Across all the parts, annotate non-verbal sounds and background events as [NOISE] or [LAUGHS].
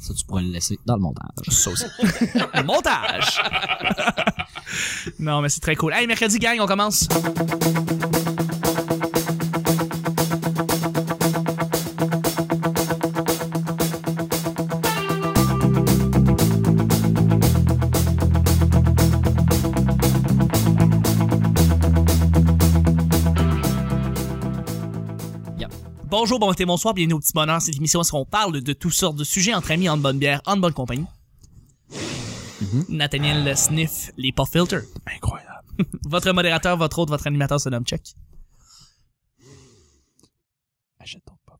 Ça, tu pourras le laisser dans le montage. Ça aussi. Montage! [LAUGHS] non, mais c'est très cool. Hey, mercredi, gang, on commence. Bonjour, bon matin, bonsoir, bienvenue au Petit Bonheur. Cette émission, où on parle de toutes sortes de sujets entre amis, en bonne bière, en bonne compagnie. Nathaniel Sniff, les pop filters. Incroyable. [LAUGHS] Votre modérateur, votre hôte, votre animateur se nomme Chuck. Achète ton pop.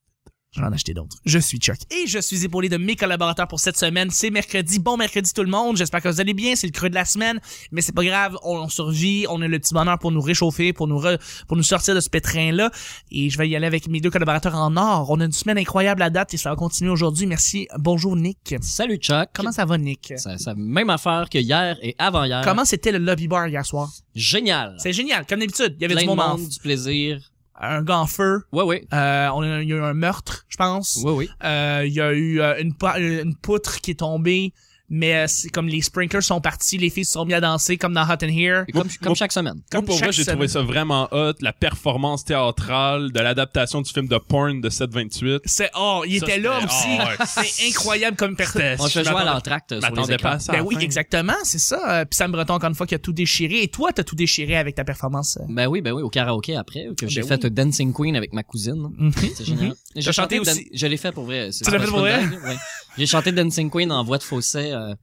Je vais en acheter d'autres. Je suis Chuck. Et je suis épaulé de mes collaborateurs pour cette semaine. C'est mercredi. Bon mercredi tout le monde. J'espère que vous allez bien. C'est le creux de la semaine. Mais c'est pas grave. On, on survit. On a le petit bonheur pour nous réchauffer, pour nous, re- pour nous sortir de ce pétrin-là. Et je vais y aller avec mes deux collaborateurs en or. On a une semaine incroyable à date et ça va continuer aujourd'hui. Merci. Bonjour Nick. Salut Chuck. Comment ça va Nick? ça, ça même affaire que hier et avant-hier. Comment c'était le lobby bar hier soir? Génial. Hein? C'est génial. Comme d'habitude, il y avait Plein du de bon monde. monde, du plaisir. Un gars en feu. Ouais, ouais. Euh, on a, il y a eu un meurtre, je pense. Ouais, ouais. Euh, Il y a eu euh, une, pa- une poutre qui est tombée, mais euh, c'est comme les sprinklers sont partis, les filles se sont mises à danser comme dans Hot in Here. Et comme, Moi- comme chaque semaine. Comme Moi, pour chaque moi, j'ai semaine. trouvé ça vraiment hot, la performance théâtrale de l'adaptation du film de porn de 728. C'est oh, il Ça, était là c'était- aussi. ah [LAUGHS] ouais. C'est incroyable comme personne. On se Je joue à m'attendais- l'entracte Je sur les m'attendais écrans. pas à ça. à Ben la oui, fin. exactement, c'est ça. Euh, Puis Sam Breton, encore une fois, qui a tout déchiré. Et toi, t'as tout déchiré avec ta performance. euh. Ben oui, ben oui, au karaoké après, que j'ai Ben Mhm. fait Dancing Queen avec ma cousine. C'est génial. J'ai T'as chanté Dan- aussi- Je l'ai fait pour vrai. c'est- Tu l'as c'est fait pour pas vrai? une blague, ouais. J'ai chanté Dancing Queen en voix de fausset. euh,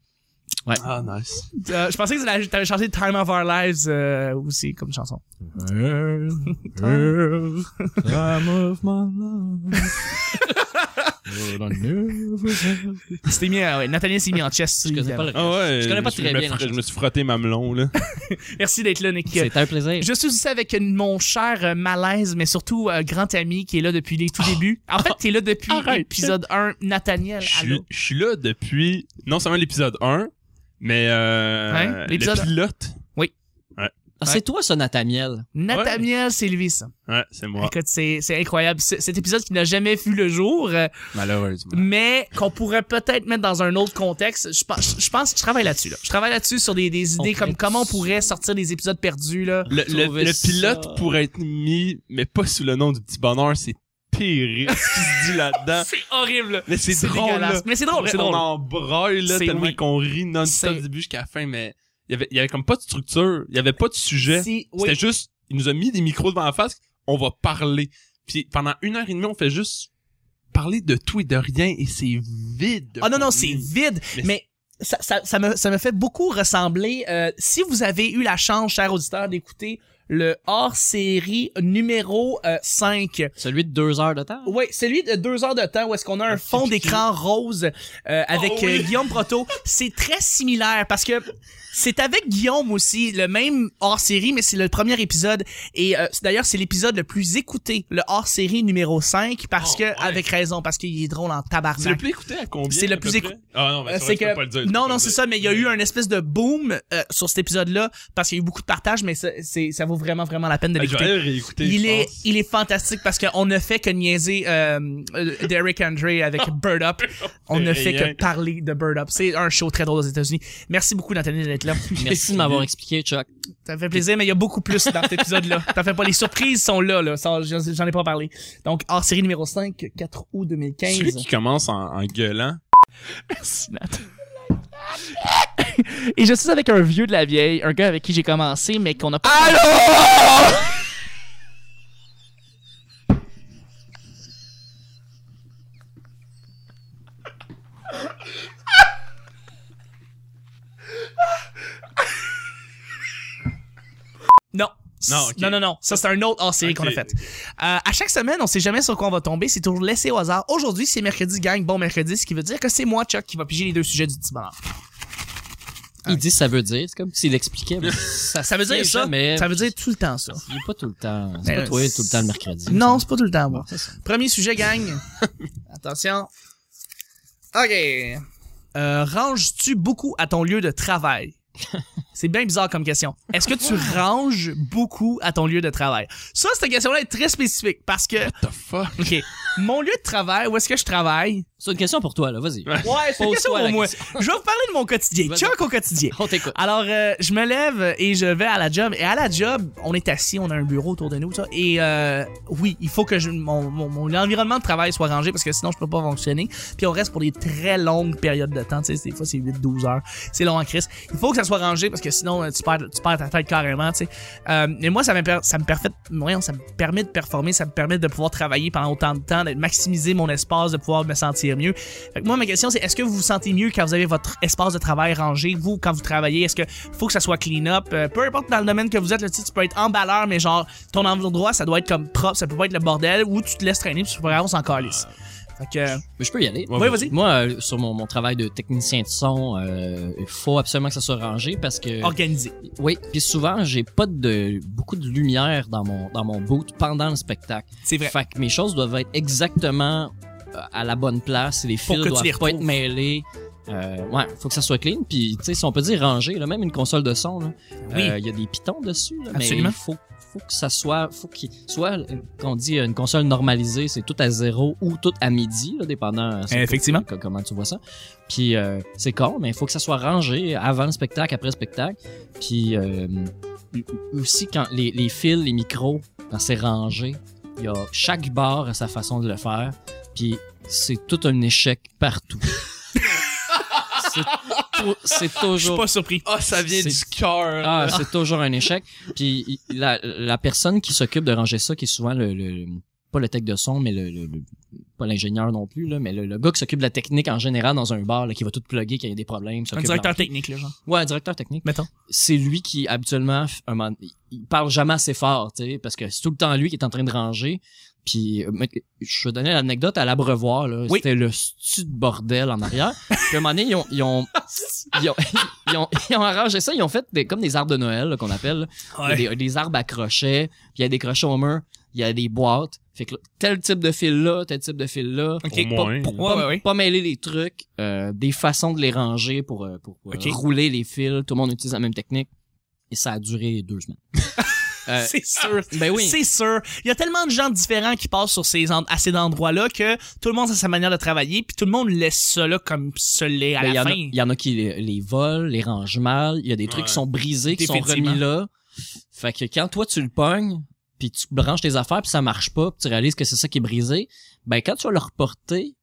Ah, nice. Euh, je pensais que t'avais chanté Time of Our Lives euh, aussi comme chanson. C'était mis, euh, ouais, Nathaniel s'est mis en chest. je connais pas le Ah ouais. Je connais pas me suis- très me bien la fr- chanson. Je me suis frotté mamelon, là. Merci d'être là, Nick. C'était un plaisir. Je suis aussi avec mon cher euh, malaise, mais surtout euh, grand ami qui est là depuis les tout débuts. En fait, t'es là depuis Ah. [LAUGHS] Arrête. épisode 1, Nathaniel. Je suis- allô? je suis là depuis non seulement l'épisode 1, mais euh, Hein? L'épisode- le pilote. Ah, c'est toi, ça, Nathaniel. Nathaniel Sylvie, ça. Ouais, c'est moi. Écoute, c'est c'est incroyable. C'est- Cet épisode qui n'a jamais vu le jour, euh, Malheureusement. mais qu'on pourrait peut-être mettre dans un autre contexte. Je pense, je pense que je travaille là-dessus. Là. Je travaille là-dessus sur des, des On idées comme pourrait- comment on pourrait sortir des épisodes perdus. Là. Le, le- Trouver le ça- pilote pourrait être mis, mais pas sous le nom du petit bonheur. C'est pire ce qui se dit [LAUGHS] là-dedans. C'est horrible. Mais c'est drôle, dégueulasse. là. Mais c'est drôle, Pour c'est vrai, drôle. On en broille, là, C'est tellement oui. qu'on rit non-stop C'est- du début jusqu'à la fin, mais il y avait, il y avait comme pas de structure, il y avait pas de sujet. Si- oui. C'était juste, il nous a mis des micros devant la face, on va parler. Puis pendant une heure et demie, on fait juste parler de tout et de rien, et c'est vide. Ah non, non, c'est vide. Mais, Mais- ça, ça, ça, me, ça me fait beaucoup ressembler. euh, si vous avez eu la chance, chers auditeurs, d'écouter le hors-série numéro euh, 5. Celui de deux heures de temps. Oui, celui de deux heures de temps où est-ce qu'on a un fond d'écran rose euh, avec Oh oui. euh, Guillaume Proto. C'est très similaire parce que c'est avec Guillaume aussi, le même hors-série, mais c'est le premier épisode. Et euh, c'est- d'ailleurs, c'est l'épisode le plus écouté, le hors-série numéro 5, parce Oh, que, ouais. avec raison, parce qu'il est drôle en C'est le tabarnak. plus écouté à combien? C'est le à peu plus près? écouté. Ah non, mais Euh, c'est vrai, tu peux pas le dire. tu peux non pas non le c'est dire. ça mais il y a eu un espèce de boom euh, sur cet épisode là parce qu'il y a eu beaucoup de partage mais ça- c'est ça vaut vraiment vraiment la peine de Ah, Je vais l'écouter. aller le réécouter. Il je est pense. il est fantastique parce qu'on ne fait que niaiser euh, euh, Derek Andre avec Bird Up. On ne Et fait que rien. parler de Bird Up. C'est un show très drôle aux États-Unis. Merci beaucoup Nathalie d'être là. Merci de m'avoir expliqué, Chuck. Ça fait plaisir mais il y a beaucoup plus dans cet épisode là. T'en fais pas les surprises sont là là, Ça, j'en j'en ai pas parlé. Donc hors série numéro 5 4 août Celui 2015. qui commence en, en gueulant. Et je suis avec un vieux de la vieille, un gars avec qui j'ai commencé, mais qu'on a pas. Non. Non, ok. non, non, non. Ça, c'est un autre hors série Ok. qu'on a fait. Euh, à chaque semaine, on sait jamais sur quoi on va tomber. C'est toujours laissé au hasard. Aujourd'hui, c'est mercredi gagne, bon mercredi, ce qui veut dire que c'est moi, Chuck, qui va piger les deux sujets du petit bonheur. Il dit ça veut dire. C'est comme s'il expliquait. [LAUGHS] mais ça, Ça veut dire ça. Jamais. Ça veut dire tout le temps ça. Il est pas tout le temps. Mais C'est pas toi euh, tout le temps le mercredi. Non, c'est pas tout le temps, Bon, moi. c'est ça. Premier sujet, gang. [LAUGHS] Attention. OK. Euh, ranges-tu beaucoup à ton lieu de travail? C'est bien bizarre comme question. Est-ce que tu ranges beaucoup à ton lieu de travail? Ça, cette question-là est très spécifique parce que, What the fuck? OK, mon lieu de travail, où est-ce que je travaille, C'est une question pour toi, là. Vas-y. Ouais, c'est une Pose-toi question pour la moi. question. Je vais vous parler de mon quotidien. Vas-y. Chuck au quotidien. On t'écoute. Alors, euh, je me lève et je vais à la job. Et à la job, on est assis, on a un bureau autour de nous, ça. Et euh, oui, il faut que je- mon, mon, mon environnement de travail soit rangé parce que sinon, je peux pas fonctionner. Puis on reste pour des très longues périodes de temps. Tu sais, des fois, c'est 8-12 heures. C'est long en crise. Il faut que ça soit rangé parce que sinon, euh, tu perds, tu perds ta tête carrément, tu sais. Euh, mais moi, ça me, per- ça, me perfait- voyons, ça me permet de performer, ça me permet de pouvoir travailler pendant autant de temps, de maximiser mon espace, de pouvoir me sentir mieux. Fait que moi, ma question, c'est est-ce que vous vous sentez mieux quand vous avez votre espace de travail rangé, vous, quand vous travaillez? Est-ce que faut que ça soit clean-up? Euh, peu importe dans le domaine que vous êtes, là, tu sais, tu peux être emballeur, mais genre, ton endroit, ça doit être comme propre, ça peut pas être le bordel, ou tu te laisses traîner, puis tu peux on s'en calisse. Fait que, Mais je peux y aller. Ouais, oui, vas-y. Moi, euh, sur mon, mon travail de technicien de son, euh, il faut absolument que ça soit rangé parce que... Organisé. Oui, puis souvent, j'ai pas de beaucoup de lumière dans mon, dans mon boot pendant le spectacle. C'est vrai. Fait que mes choses doivent être exactement euh, à la bonne place. Les Pour fils que tu doivent les pas retrouves. être mêlés. Euh, ouais, faut que ça soit clean. Puis, tu sais, si on peut dire rangé, là, même une console de son, là, euh, il Oui. y a des pitons dessus. Là, Absolument. Mais il faut, faut que ça soit, faut qu'il soit, euh, qu'on dit euh, une console normalisée, c'est tout à zéro ou tout à midi, là, dépendant. euh, c'est- Effectivement. co- Comment tu vois ça? Puis euh, c'est con, mais il faut que ça soit rangé avant le spectacle, après le spectacle. Puis euh, aussi quand les, les fils, les micros, quand c'est rangé, il y a chaque bar a sa façon de le faire. Puis c'est tout un échec partout. [LAUGHS] C'est tou- c'est Je suis toujours pas surpris. Ah, ça vient C'est- du cœur. ah, c'est toujours un échec. Puis il- la, la personne qui s'occupe de ranger ça, qui est souvent le, le- pas le tech de son, mais le, le- le- pas l'ingénieur non plus là, mais le, le gars qui s'occupe de la technique en général dans un bar, là, qui va tout plugger quand il y a des problèmes. Un s'occupe directeur de- technique, là, genre. Ouais, un directeur technique. Mettons. C'est lui qui habituellement, f- un moment- il- il parle jamais assez fort, tu sais, parce que c'est tout le temps lui qui est en train de ranger. Puis euh, mais- je te donnais l'anecdote à l'abreuvoir là, Oui. c'était le stu de bordel en arrière. Puis à un moment donné, ils ont- ils ont ils ont, [LAUGHS] ils ont, ils ont arrangé ça, ils ont fait des, comme des arbres de Noël là, qu'on appelle. là. Il y a des, des arbres à crochets, puis il y a des crochets au mur, il y a des boîtes. Fait que là, tel type de fil là, tel type de fil là. Ok. Au moins. Pour Ouais, pas, ouais, ouais. pas mêler les trucs, euh, des façons de les ranger pour, euh, pour euh, Ok. rouler les fils. Tout le monde utilise la même technique. Et ça a duré deux semaines. [LAUGHS] Euh, C'est sûr. ben oui. C'est sûr. Il y a tellement de gens différents qui passent sur ces en- à ces endroits-là que tout le monde a sa manière de travailler, puis tout le monde laisse ça là comme se l'est à Ben, Il y, la en a- fin. il y en a qui les, les volent, les rangent mal. Il y a des trucs Ouais. qui sont brisés, qui sont Effectivement. remis là. Fait que quand toi, tu le pognes, puis tu branches tes affaires, puis ça marche pas, puis tu réalises que c'est ça qui est brisé, ben quand tu vas le reporter,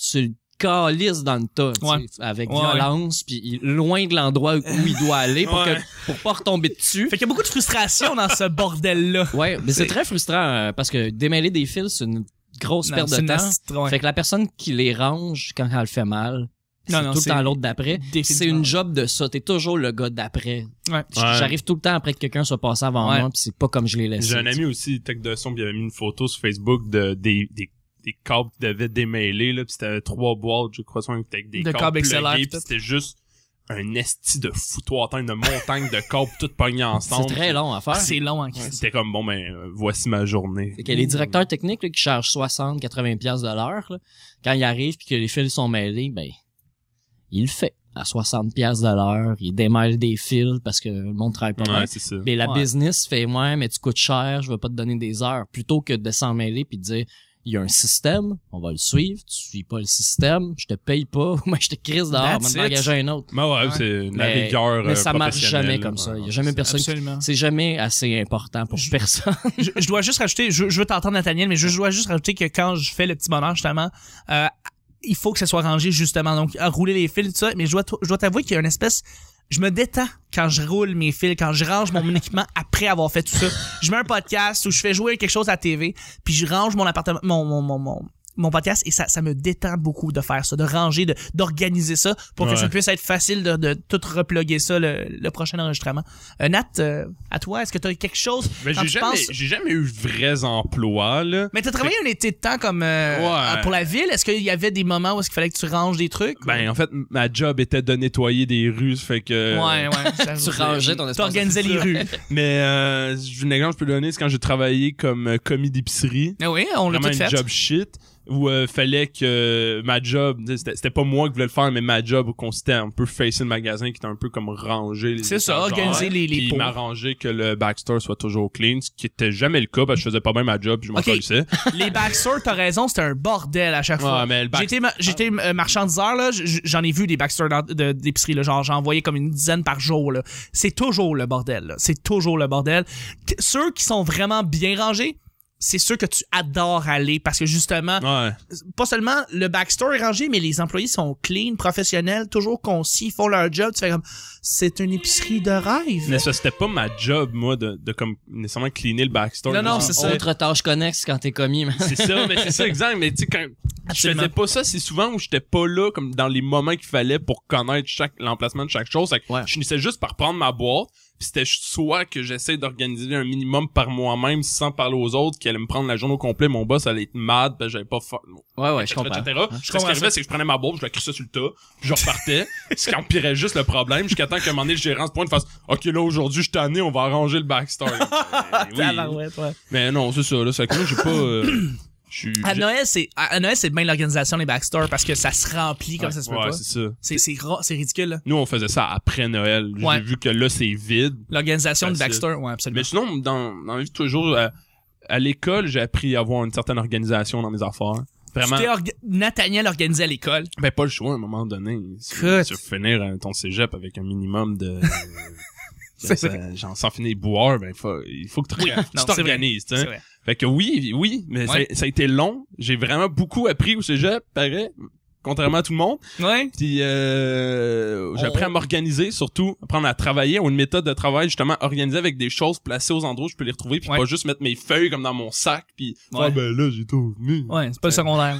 tu le calisses dans le tas, tu Ouais. sais, avec Ouais, violence, puis il- loin de l'endroit où il doit aller [LAUGHS] pour, Ouais. que, pour pas retomber dessus. Fait qu'il y a beaucoup de frustration dans ce bordel-là. Ouais, mais C'est- c'est très frustrant, euh, parce que démêler des fils, c'est une grosse Non, perte c'est hein. de une temps. astuce- ouais. Fait que la personne qui les range quand elle fait mal, c'est Non, non, tout c'est- le temps l'autre d'après. C'est Définitivement. une job de ça. T'es toujours le gars d'après. Ouais. J- Ouais. J'arrive tout le temps après que quelqu'un soit passé avant Ouais. moi, puis c'est pas comme je l'ai laissé. J'ai un ami aussi, tech de son, pis il avait mis une photo sur Facebook de, des, des, des câbles qui devaient démêler, là, pis c'était trois boîtes, je crois, avec des De câbles plugués, XLR, pis tout. c'était juste un esti de foutoir, une montagne de câbles toutes [LAUGHS] pognées C'est ensemble. très long à faire. Ah, c'est long en Pis crise. C'était comme, bon, ben, euh, voici ma journée. Fait que les directeurs techniques là, qui chargent 60, 80 pièces de l'heure, là, quand ils arrivent puis que les fils sont mêlés, ben il le fait à 60 pièces de l'heure, il démêle des fils parce que le monde travaille pas Ouais, mal. c'est ça. Mais la Ouais. business fait ouais, mais tu coûtes cher, je vais pas te donner des heures plutôt que de s'en mêler puis de dire il y a un système, on va le suivre, tu suis pas le système, je te paye pas, [LAUGHS] moi je te crise dehors, That's on it. va engager un autre. Mais ouais, Ouais. c'est la Mais- rigueur. mais euh, ça marche professionnelle, jamais là. comme ça. Ouais, Il y a jamais personne qui- Absolument. c'est jamais assez important pour personne. je, je dois juste rajouter, je, je veux t'entendre, Nathaniel, mais je, je dois juste rajouter que quand je fais le petit bonheur, justement, euh, il faut que ça soit rangé, justement. Donc, à rouler les fils, tout ça. Mais je dois, t- je dois t'avouer qu'il y a une espèce. Je me détends quand je roule mes fils, quand je range mon équipement après avoir fait tout ça. Je mets un podcast ou je fais jouer quelque chose à la TV, puis je range mon appartement, mon, mon, mon, mon, mon podcast, et ça, ça me détend beaucoup de faire ça, de ranger, de, d'organiser ça pour que Ouais. ça puisse être facile de, de tout reploguer ça le, le prochain enregistrement. Euh, Nat, euh, à toi, est-ce que tu as quelque chose Mais Quand j'ai tu jamais, penses- j'ai jamais eu vrais emplois, là. mais t'as travaillé un été de temps comme euh, Ouais. pour la ville. Est-ce qu'il y avait des moments où est-ce qu'il fallait que tu ranges des trucs? Ben, euh, en fait, ma job était de nettoyer des rues, fait que... ouais, [LAUGHS] ouais. tu rangeais ton espace T'organisais de- les rues. Mais euh, un exemple que je peux donner, c'est quand j'ai travaillé comme euh, commis d'épicerie. Ah oui, on l'a Vraiment tout une fait. job shit. où euh, fallait que euh, ma job, tu sais, c'était c'était pas moi qui voulais le faire, mais ma job consistait à un peu facer le magasin qui était un peu comme ranger les C'est ça, étagères, organiser les- les puis pots. m'arranger que le backstore soit toujours clean, ce qui était jamais le cas parce que je faisais pas bien ma job, puis je m'en Ok. [LAUGHS] calissais. les backstores, t'as raison, c'était un bordel à chaque fois. Ouais, mais le back- J'étais ma- j'étais euh, marchandiseur là, j- j'en ai vu des backstores dans- de- d'épicerie là, genre j'en envoyais comme une dizaine par jour là. C'est toujours le bordel, là. c'est toujours le bordel. T- Ceux qui sont vraiment bien rangés, c'est ceux que tu adores aller parce que justement, Ouais. pas seulement le backstore est rangé, mais les employés sont clean, professionnels, toujours concis, font leur job. Tu fais comme c'est une épicerie de rêve. Mais ça, c'était pas ma job, moi, de, de comme nécessairement cleaner le backstore. Non, non, Genre, c'est ça. on- Autre tâche connexe quand t'es commis, man. C'est ça, mais c'est ça, exact. Mais tu sais, quand je Absolument. faisais pas ça, c'est souvent où j'étais pas là, comme dans les moments qu'il fallait pour connaître chaque, l'emplacement de chaque chose. Fait que Ouais. Je finissais juste par prendre ma boîte, pis c'était soit que j'essaie d'organiser un minimum par moi-même sans parler aux autres, qui allait me prendre la journée au complet, mon boss allait être mad, ben j'avais pas fa- Ouais, ouais, je etc., comprends. etc. Ce qui comprends arrivait, c'est que je prenais ma bourbe, je la crissais sur le tas, puis je repartais, [LAUGHS] ce qui empirait juste le problème, jusqu'à temps qu'à un moment donné, le gérant se pointe et fasse « Ok, là, aujourd'hui, je suis tanné, on va arranger le backstory. » [LAUGHS] oui. Ah, Tabarouette, ouais. Mais non, c'est ça, là, c'est que moi, j'ai [COUGHS] pas... euh, je suis- À j'ai- Noël, c'est à à Noël, c'est bien l'organisation des backstores parce que ça se remplit comme ça se peut Ouais, pas. c'est ça. C'est c'est ra- c'est ridicule. là. Nous, on faisait ça après Noël. Ouais. J'ai vu que là, c'est vide. L'organisation du Facile. backstore, ouais, absolument. Mais sinon, dans, dans la vie, de toujours, à, à l'école, j'ai appris à avoir une certaine organisation dans mes affaires. Vraiment, Tu t'es orga- Nathaniel organisait à l'école. ben pas le choix à un moment donné. Si tu Écoute. veux finir euh, ton cégep avec un minimum [LAUGHS] de... C'est Ça- Genre, sans finir boire, ben, faut- il faut que tu non, tu c'est vrai. t'organises, tu sais. C'est vrai. Fait que oui, oui, mais Ouais. ça, ça a été long. J'ai vraiment beaucoup appris au cégep, pareil, contrairement à tout le monde. Ouais. Puis euh, j'ai On- appris à m'organiser, surtout apprendre à travailler, ou une méthode de travail justement organisée avec des choses placées aux endroits où je peux les retrouver, puis Ouais. pas juste mettre mes feuilles comme dans mon sac, puis Ouais. ah ben là j'ai tout mis. Ouais, c'est pas le secondaire.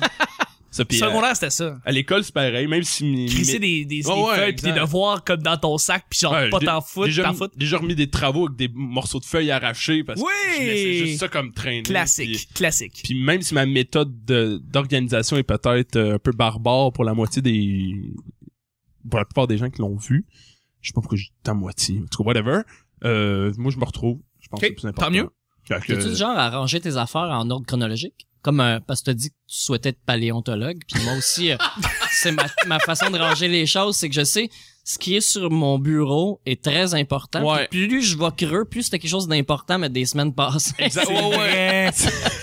Ça, Le [LAUGHS] puis, euh, secondaire, c'était ça. à l'école c'est pareil, même si mes- Crisser des, mes- des, Ouais, des ouais, feuilles pis des exact. devoirs comme dans ton sac pis genre Ouais, pas j'ai- t'en foutre, déjà, t'en mis- foutre. déjà remis des travaux avec des morceaux de feuilles arrachés parce Oui! que je laissais juste ça comme traîner. puis- Classique, classique. Puis même si ma méthode de- d'organisation est peut-être euh, un peu barbare pour la moitié des... pour la plupart des gens qui l'ont vu, je sais pas pourquoi je dis tant moitié, en tout cas, whatever, euh, moi, je me retrouve. Je pense Ok, que c'est plus important. tant mieux. Fait que- T'es-tu du genre à ranger tes affaires en ordre chronologique? Comme euh, parce que t'as dit que tu souhaitais être paléontologue, puis moi aussi, euh, c'est ma, ma façon de ranger les choses, c'est que je sais ce qui est sur mon bureau est très important. Ouais. Puis Plus je vais creux, plus c'était quelque chose d'important, mais des semaines passent. Exact, ouais, ouais. Vrai.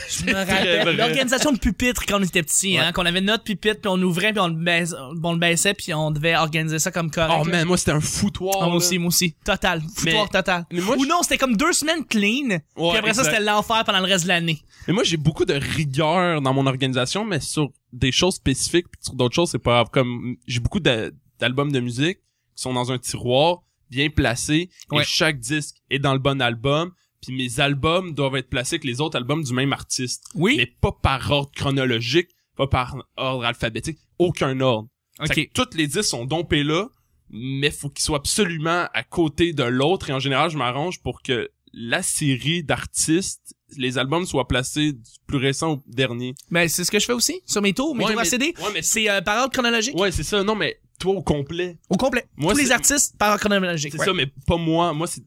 Je me très vrai. rappelle l'organisation de pupitre quand on était petit, hein, qu'on avait notre pupitre puis on l'ouvrait puis on le, bais- on le baissait puis on devait organiser ça comme correct. Oh là. man, moi, c'était un foutoir. Ah, moi là. aussi, moi aussi. Total. Foutoir Mais- total. Mais moi, Ou je- non, c'était comme deux semaines clean. puis Ouais, après ça, exact. c'était l'enfer pendant le reste de l'année. Mais moi, j'ai beaucoup de rigueur dans mon organisation, mais sur des choses spécifiques, puis sur d'autres choses, c'est pas grave. Comme, j'ai beaucoup d'a- d'albums de musique qui sont dans un tiroir, bien placés, Ouais. et chaque disque est dans le bon album, puis mes albums doivent être placés avec les autres albums du même artiste. Oui. Mais pas par ordre chronologique, pas par ordre alphabétique, aucun ordre. Fait OK. que toutes les disques sont dompés là, mais faut qu'ils soient absolument à côté de l'autre. Et en général, je m'arrange pour que la série d'artistes, les albums soient placés du plus récent au dernier. Mais Ben, c'est ce que je fais aussi sur mes tours, mes Ouais, tours à mais- CD. ouais, mais- C'est euh, par ordre chronologique Ouais, c'est ça. Non, mais toi au complet. au complet. Moi, Tous les c'est- artistes par ordre chronologique. C'est ouais. ça, mais pas moi. Moi, c'est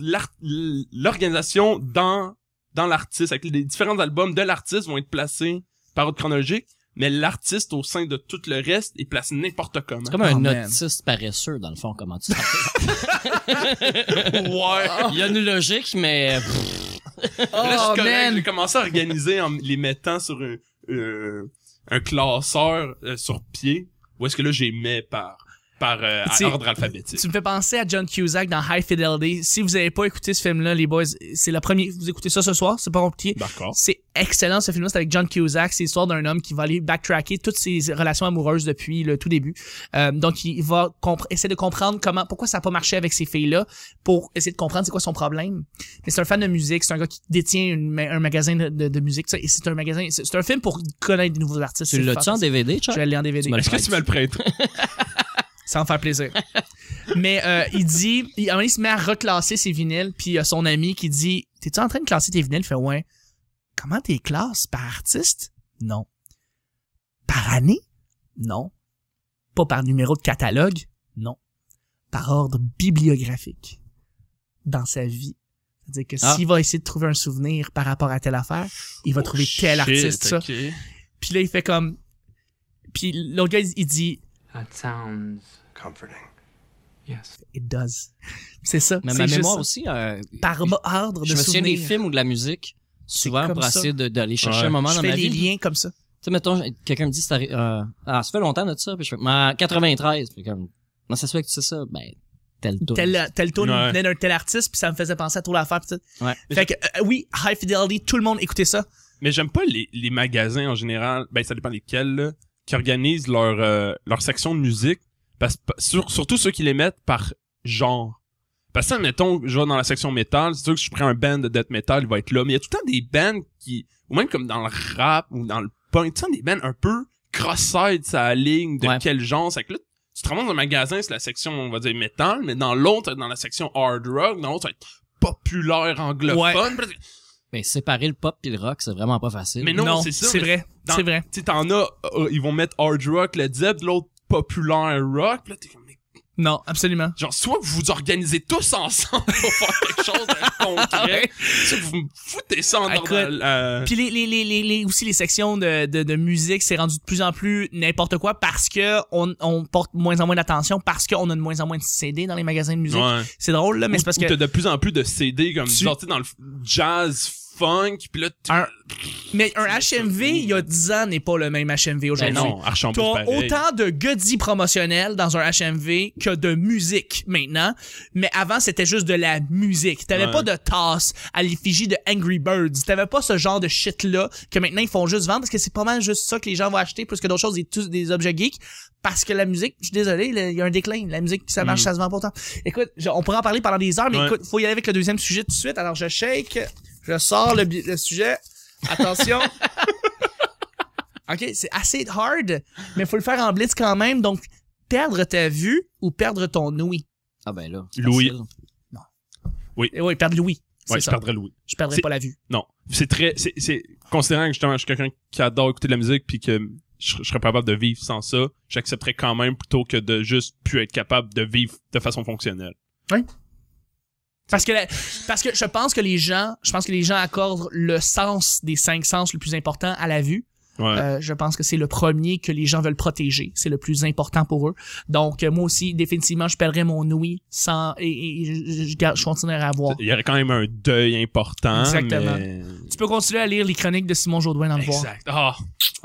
l'art- l'organisation dans dans l'artiste. Avec les différents albums de l'artiste vont être placés par ordre chronologique, mais l'artiste au sein de tout le reste est placé n'importe comment. C'est comme un Oh, man. autiste paresseux, dans le fond, comment tu t'en- [LAUGHS] Ouais. Il y a une logique, mais euh, pff, Là, je Oh, suis correct. man. J'ai commencé à organiser en les mettant sur un, euh, un classeur euh, sur pied. Où est-ce que là, j'ai mets par, par euh, à Tu- ordre alphabétique. Tu me fais penser à John Cusack dans High Fidelity. Si vous avez pas écouté ce film-là, les boys, c'est la première. Vous écoutez ça ce soir, c'est pas compliqué. D'accord. C'est excellent ce film-là, c'est avec John Cusack. C'est l'histoire d'un homme qui va aller backtracker toutes ses relations amoureuses depuis le tout début. Euh, donc il va compre- essayer de comprendre comment, pourquoi ça n'a pas marché avec ces filles-là, pour essayer de comprendre c'est quoi son problème. Mais c'est un fan de musique, c'est un gars qui détient une ma- un magasin de, de- de musique. ça, et c'est un magasin, c'est c'est un film pour connaître des nouveaux artistes. tu c'est l'as-tu en fantastique. DVD, Je vais Chuck? aller en DVD. Tu me le Est-ce que tu me le prêtes? Ça va me faire plaisir. Mais euh, il dit, il, à un moment, il se met à reclasser ses vinyles, puis il y a son ami qui dit T'es-tu en train de classer tes vinyles Il fait Ouais. Comment t'es classes Par artiste Non. Par année Non. Pas par numéro de catalogue Non. Par ordre bibliographique. Dans sa vie. C'est-à-dire que Ah. Oh, Oh, s'il va essayer de trouver un souvenir par rapport à telle affaire, il va trouver tel artiste, ça. Puis là, il fait comme. Puis l'autre gars, il il dit That sounds Comforting. yes. It does. C'est ça. Mais c'est ma juste mémoire ça. aussi, euh, Par mo- ordre de je me souviens des souvenirs. films ou de la musique, souvent comme pour ça. essayer de- d'aller chercher Ouais. un moment Je dans fais ma des vie. liens comme ça. Tu sais, mettons, j'ai- quelqu'un me dit, ça, euh, ah, ça fait longtemps de ça, puis je fais, mais en 93, puis comme, comment ça se fait que tu sais ça? Ben, tel tour. Tel, tel tour Ouais. venait d'un tel artiste, puis ça me faisait penser à trop l'affaire. pis tout. Ouais. Fait que, euh, oui, High Fidelity, tout le monde écoutez ça. Mais j'aime pas les, les magasins en général, ben ça dépend lesquels, là, qui organisent leur, euh, leur section de musique, parce, pa- sur- surtout ceux qui les mettent par genre. Parce que, mettons, je vais dans la section métal, c'est sûr que si je prends un band de death metal, il va être là, mais il y a tout le temps des bands qui, ou même comme dans le rap ou dans le punk, tout le temps des bands un peu cross-side, ça ligne, de Ouais. quel genre, c'est que là, tu te ramasses dans un magasin, c'est la section, on va dire, métal, mais dans l'autre, dans la section hard rock, dans l'autre, ça va être populaire anglophone. Ben, séparer le pop puis le rock, c'est vraiment pas facile. Mais non, c'est ça, mais vrai. dans- C'est vrai. tu sais, t'en as, euh, ils vont mettre hard rock, le Zeb, l'autre populaire rock, pis là, t'es comme, mais Non, absolument. genre, soit vous vous organisez tous ensemble pour faire quelque chose de [LAUGHS] concret, soit vous me foutez ça en Écoute, ordre, euh, Ah Puis les, les, les, les, les- aussi les sections de, de, de musique, c'est rendu de plus en plus n'importe quoi parce que on, on porte moins en moins d'attention, parce qu'on a de moins en moins de CD dans les magasins de musique. ouais. C'est drôle, là, mais Ou- c'est parce ou que... t'as de plus en plus de CD, comme, Tu- Ah, genre, tu sais, dans le f- jazz, funk, pis là, tu... Un- Mais un HMV, il y a 10 ans, n'est pas le même HMV Ben aujourd'hui. non, Archon plus T'as pareil. autant de goodies promotionnels dans un HMV que de musique maintenant. Mais avant, c'était juste de la musique. T'avais Ouais. pas de tasse à l'effigie de Angry Birds. T'avais pas ce genre de shit-là que maintenant ils font juste vendre parce que c'est pas mal juste ça que les gens vont acheter plus que d'autres choses, des, tous des objets geeks. Parce que la musique, je suis désolé, là, il y a un déclin. La musique, ça marche, Mm. ça se vend pas autant. Écoute, je- on pourrait en parler pendant des heures, mais Ouais. écoute, faut y aller avec le deuxième sujet tout de suite. Alors je shake, je sors le, bi- le sujet. [LAUGHS] Attention. OK, c'est assez hard, mais faut le faire en blitz quand même. Donc, perdre ta vue ou perdre ton ouïe. Ah, ben là. c'est Louis. facile. Et oui, perdre l'ouïe. c'est Ouais, je ça. perdrais Louis. Je perdrai C'est- pas la vue. Non. C'est très, c'est, c'est, considérant que justement, je suis quelqu'un qui adore écouter de la musique puis que je, je serais pas capable de vivre sans ça, j'accepterais quand même plutôt que de juste plus être capable de vivre de façon fonctionnelle. Parce que, la- parce que je pense que les gens, je pense que les gens accordent le sens des cinq sens le plus important à la vue. Ouais. Euh, je pense que c'est le premier que les gens veulent protéger. C'est le plus important pour eux. Donc, euh, moi aussi, définitivement, je perdrais mon ouïe sans, et, et- et je, je- je garde- je continuerai à voir. Il y aurait quand même un deuil important. Euh, Exactement. mais- Tu peux continuer à lire les chroniques de Simon Jaudoin dans le voir. Exact. Ah,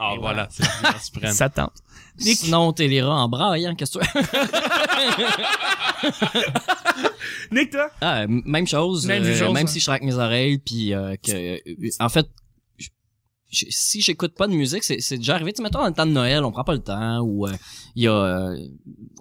Ah, Et voilà, c'est la violence [LAUGHS] suprême. Ça te tente. Nick. Sinon, t'es les rats en braille, hein, qu'est-ce que tu Nick, toi? Ah, euh, même chose. Même Même, chose, même hein. si je raque mes oreilles, puis euh, que, euh, en fait, je- je- si j'écoute pas de musique, c'est c'est déjà arrivé. Tu sais, mettons, dans le temps de Noël, on prend pas le temps, ou euh, il y a euh,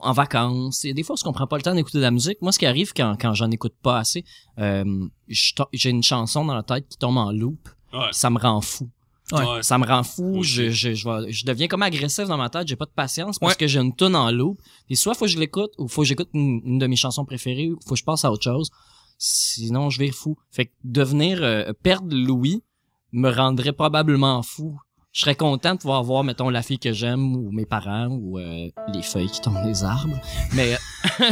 en vacances. Et des fois, parce qu'on prend pas le temps d'écouter de la musique, moi, ce qui arrive quand, quand j'en écoute pas assez, euh, je to- j'ai une chanson dans la tête qui tombe en loop. Ouais. puis Ça me rend fou. Ouais. Ouais. Ça me rend fou. Oui. Je, je, je, vais- je deviens comme agressif dans ma tête. J'ai pas de patience parce que j'ai une tonne en loop. Et soit faut que je l'écoute, ou faut que j'écoute une, une de mes chansons préférées, ou faut que je passe à autre chose. Sinon, je vais fou. Fait que devenir euh, perdre Louis me rendrait probablement fou. Je serais content de pouvoir voir, mettons, la fille que j'aime ou mes parents ou euh, les feuilles qui tombent des arbres. Mais [LAUGHS] euh,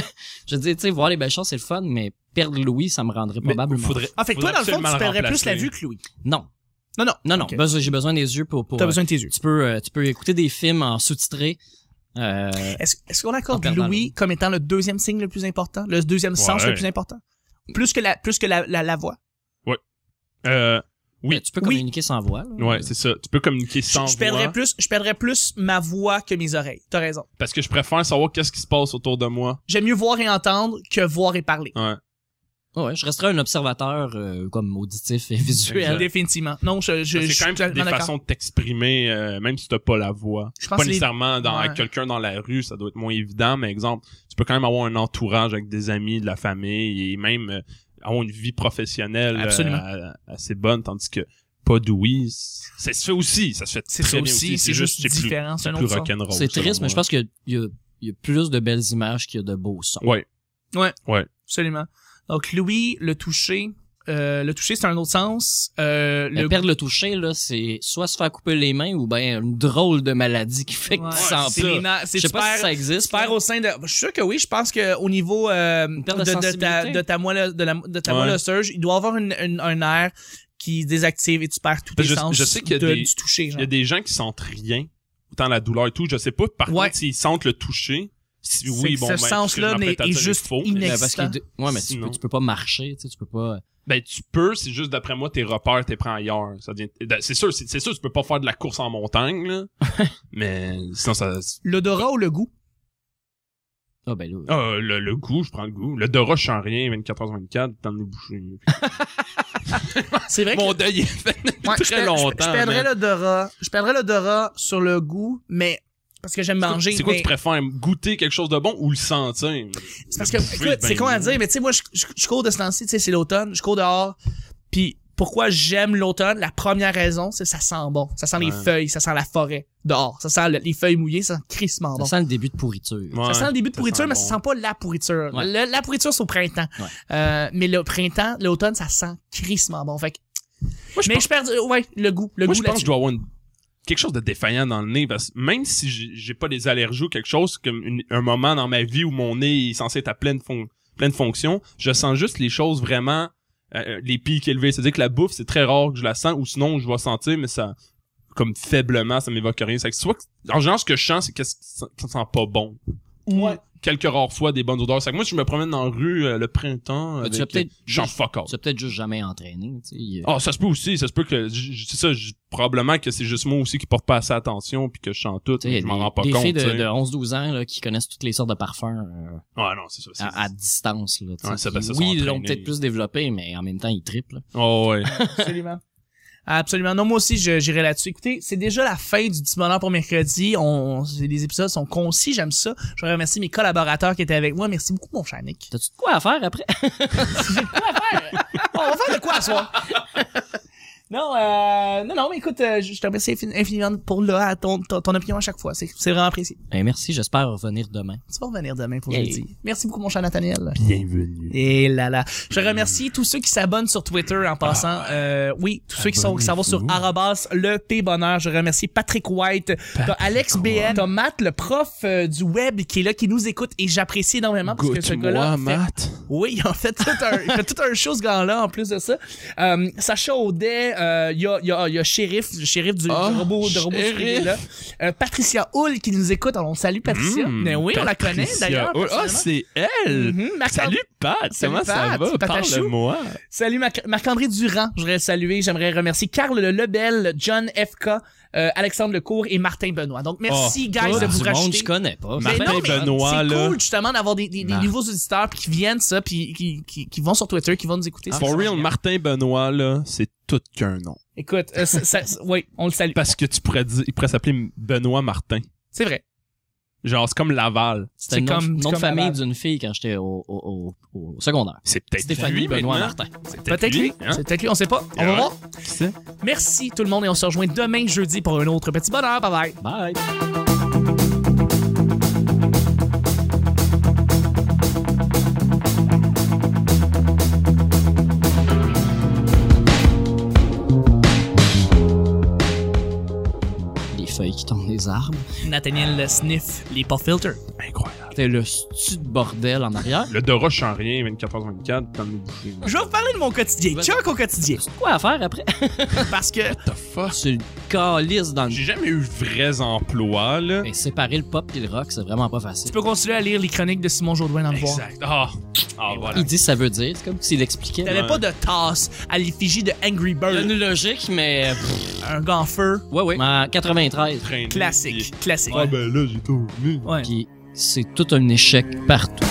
je dis, tu sais, voir les belles choses, c'est le fun, mais perdre Louis, ça me rendrait Mais probablement. fou. faudrait, Ah, fait que toi, faudrait dans le fond, absolument tu perdrais remplacer. plus la vue que Louis. Non, Non, non. non, non. Ok. besoin- J'ai besoin des yeux pour. pour T'as euh, besoin de tes yeux. tu peux, euh, tu peux écouter des films en sous-titré. Euh, Est-ce est-ce qu'on accorde En perdant Louis comme étant le deuxième signe le plus important, le deuxième sens Ouais. le plus important? Plus que la, plus que la, la, la voix. Euh, Oui. mais tu peux Oui. communiquer sans voix. là. ouais, c'est ça. Tu peux communiquer Je, sans je perdrais voix, plus, je perdrais plus ma voix que mes oreilles. T'as raison. parce que je préfère savoir qu'est-ce qui se passe autour de moi. J'aime mieux voir et entendre que voir et parler. Ouais. Ouais, je resterai un observateur euh, comme auditif et Exact. visuel. Définitivement. Non, je, je, Parce je que C'est suis quand même totalement des d'accord. façons de t'exprimer, euh, même si t'as pas la voix. Je pense Pas que les- nécessairement dans Ouais. avec quelqu'un dans la rue, ça doit être moins évident, mais exemple, tu peux quand même avoir un entourage avec des amis, de la famille et même euh, avoir une vie professionnelle euh, Absolument. euh, assez bonne, tandis que pas d'ouïe, c- ça se fait aussi, ça se fait C'est très ça bien aussi, c'est juste c'est plus, différent, c'est c'est un plus autre sens. rock'n'roll. C'est selon triste, mais moi. je pense qu'il y, a- il y a plus de belles images qu'il y a de beaux sons. Ouais, Absolument. Donc, Louis, le toucher, euh, le toucher, c'est un autre sens. Euh, Le le perdre le toucher, là, c'est soit se faire couper les mains ou ben une drôle de maladie qui fait que Ouais, tu sens c'est pas. les na- Je c'est sais pas super- si ça existe. Super là. au sein de. Je suis sûr que oui, je pense qu'au niveau euh, perte de, de de ta, sensibilité. de ta moelle de la- de ta Ouais. moelle osseuse, il doit avoir une, une- un air qui se désactive et tu perds tous tes Je- sens je sais qu'il y a de- des- du toucher. Il genre. y a des gens qui sentent rien, autant la douleur et tout, je sais pas. Par Ouais. contre, s'ils sentent le toucher, si, C'est oui, que bon, ce ben, sens-là excuse-moi, n'est- peut-être est ça juste faux, mais- inex- Ben, parce que, les deux- ouais, mais tu Sinon. peux, tu peux pas marcher, tu sais, tu peux pas. Ben, tu peux, c'est juste, d'après moi, tes repères, t'es prends ailleurs. Ça devient- ben, c'est sûr, c'est c'est sûr, tu peux pas faire de la course en [LAUGHS] montagne, là. mais, sinon, ça, L'odorat ou le goût? Ah, ben là. Ah, le, le goût, je prends le goût. Le Dora, je sens rien, 24h24, t'en es bouché. C'est vrai que [LAUGHS] Mon deuil est fait depuis Ouais, je très per- longtemps. Je, je perdrais man. l'odorat. Je perdrais l'odorat sur le goût, mais parce que j'aime C'est quoi- manger. C'est quoi mais- que tu préfères, goûter quelque chose de bon ou le sentir? c'est parce que, Le bouffer, écoute, ben c'est con à non. dire, mais tu sais, moi, je, je- je cours de ce temps-ci, tu sais, c'est l'automne, je cours dehors. Puis pourquoi j'aime l'automne? La première raison, c'est que ça sent bon. Ça sent les Ouais. feuilles, ça sent la forêt dehors, ça sent le- les feuilles mouillées, ça sent crissement bon. Ça sent le début de pourriture. Ouais, ça sent le début de ça pourriture, sent mais bon. ça sent pas la pourriture. Ouais. Le- la pourriture, c'est au printemps. Ouais. Euh, mais le printemps, l'automne, ça sent crissement bon. Fait que- Moi, je mais pense- je perds, ouais, le goût, le Moi, goût je pense que là-dessus. je dois avoir une- quelque chose de défaillant dans le nez parce que même si j'ai- j'ai pas des allergies ou quelque chose, comme une- un moment dans ma vie où mon nez est censé être à pleine, fon- pleine fonction, je sens juste les choses vraiment euh, euh, les pics élevés. C'est-à-dire que la bouffe, c'est très rare que je la sens ou sinon je vais sentir, mais ça comme faiblement, ça m'évoque rien. C'est que soit que- en général, ce que je sens, c'est qu'est-ce qui sent- qui sent pas bon. Ou quelques rares fois des bonnes odeurs. C'est que moi, je me promène dans la rue euh, le printemps. Mais Ah, tu avec, as peut-être- euh, je sens fuck all. Tu as peut-être juste jamais entraîné, tu sais. il- Ah, ça se peut aussi, ça se peut que j- j- c'est ça, j- probablement que c'est juste moi aussi qui porte pas assez attention puis que je chante tout, Tu sais, il y mais a je m'en des- rends pas des compte. filles tu de, sais. de 11-12 ans là, qui connaissent toutes les sortes de parfums euh, Ah non, c'est ça. c'est- à, à distance. Là, tu sais. Ouais, ça, ben, Puis ça, oui, sont ils l'ont entraînés. peut-être plus développé, mais en même temps, ils triplent. là. Oh ouais. Absolument. [LAUGHS] Absolument. Non, moi aussi, je- j'irai là-dessus. Écoutez, c'est déjà la fin du petit bonheur pour mercredi. On, on- les épisodes sont concis, j'aime ça. Je voudrais remercier mes collaborateurs qui étaient avec moi. Merci beaucoup, mon cher Nick. T'as-tu de quoi à faire après? [LAUGHS] Oh, on va faire de quoi à soir? [LAUGHS] non, euh, non, non, mais écoute, euh, je je te remercie infin- infiniment pour là, ton, ton, ton opinion à chaque fois. C'est c'est vraiment apprécié. Ben, merci, j'espère revenir demain. Tu vas revenir demain pour Yeah. jeudi. Merci beaucoup, mon cher Nathaniel. Bienvenue. Et là là. Je remercie tous ceux qui s'abonnent sur Twitter en passant. Euh, oui, tous ceux qui sont qui s'en vont sur arrobas le P bonheur. Je remercie Patrick White, t'as Alex BN, t'as Matt, le prof euh, du web qui est là, qui nous écoute et j'apprécie énormément parce que ce gars-là. fait- Oui, [LAUGHS] il en fait tout un, il fait tout un show ce gars-là en plus de ça. Euh, Sacha Audet, euh, il y a, il y a, il y a Shérif, le shérif du, du Ah, robot, de robot Shérif. Freddy, là. Euh, Patricia Hull qui nous écoute. Alors, on salue Patricia. Mm, Mais oui, on la connaît Patricia. d'ailleurs. Oh, Ah, personnellement. c'est elle. Mhm, Marc- Salut Pat, Salut, comment ça Pat. va? Patachou. Parle-moi. Salut Marc- Marc-André Durand, je voudrais le saluer, j'aimerais remercier Carl Lebel, John FK, euh, Alexandre Lecourt et Martin Benoît. Donc Oh, merci guys Pas de du vous monde que racheter. je connais pas. Mais Martin non, mais Benoît, c'est là. Bah. cool justement d'avoir des, des- des Marc. nouveaux auditeurs puis qui viennent ça puis qui, qui, qui vont sur Twitter, qui vont nous écouter. For C'est real, génial. Martin Benoît, là, c'est tout qu'un nom. Écoute, euh, ça- ça- [LAUGHS] ça- oui, on le salue. Parce que tu pourrais dire, il pourrait s'appeler Benoît Martin. C'est vrai. Genre, c'est comme Laval. C'était c'est le nom, comme- nom c'est de comme famille Laval. d'une fille quand j'étais au, au, au- au secondaire. C'est peut-être Stéphanie lui, Benoît maintenant. Martin. C'est Peut-être lui, hein? c'est peut-être lui, on sait pas. On va Ouais. voir. Qui sait? Merci tout le monde et on se rejoint demain jeudi pour un autre petit bonheur. Bye bye. Bye! Les feuilles qui tombent des arbres. Nathaniel Sniff, les pop filter. Incroyable. C'était le stu de bordel en arrière. Le Dora, je sens rien, 24h24, t'en es bouché. Je vais vous parler de mon quotidien. Chuck au quotidien. C'est quoi à faire après? Parce que What the [LAUGHS] fuck? C'est le calice dans le... J'ai jamais eu vrais emplois, là. Et séparer le pop et le rock, c'est vraiment pas facile. Tu peux continuer à lire les chroniques de Simon Jourdouin dans le voir. Exact. Ah, ah voilà. Il dit ça veut dire, c'est comme s'il expliquait. T'avais Ouais. pas de tasse à l'effigie de Angry Il y a Bird. une logique, mais... pff, Un gant feu ouais, ouais. En 93. Traîner, classique. Classique. puis- Ah ben là, j'ai tout oublié. Ouais. Puis c'est tout un échec partout.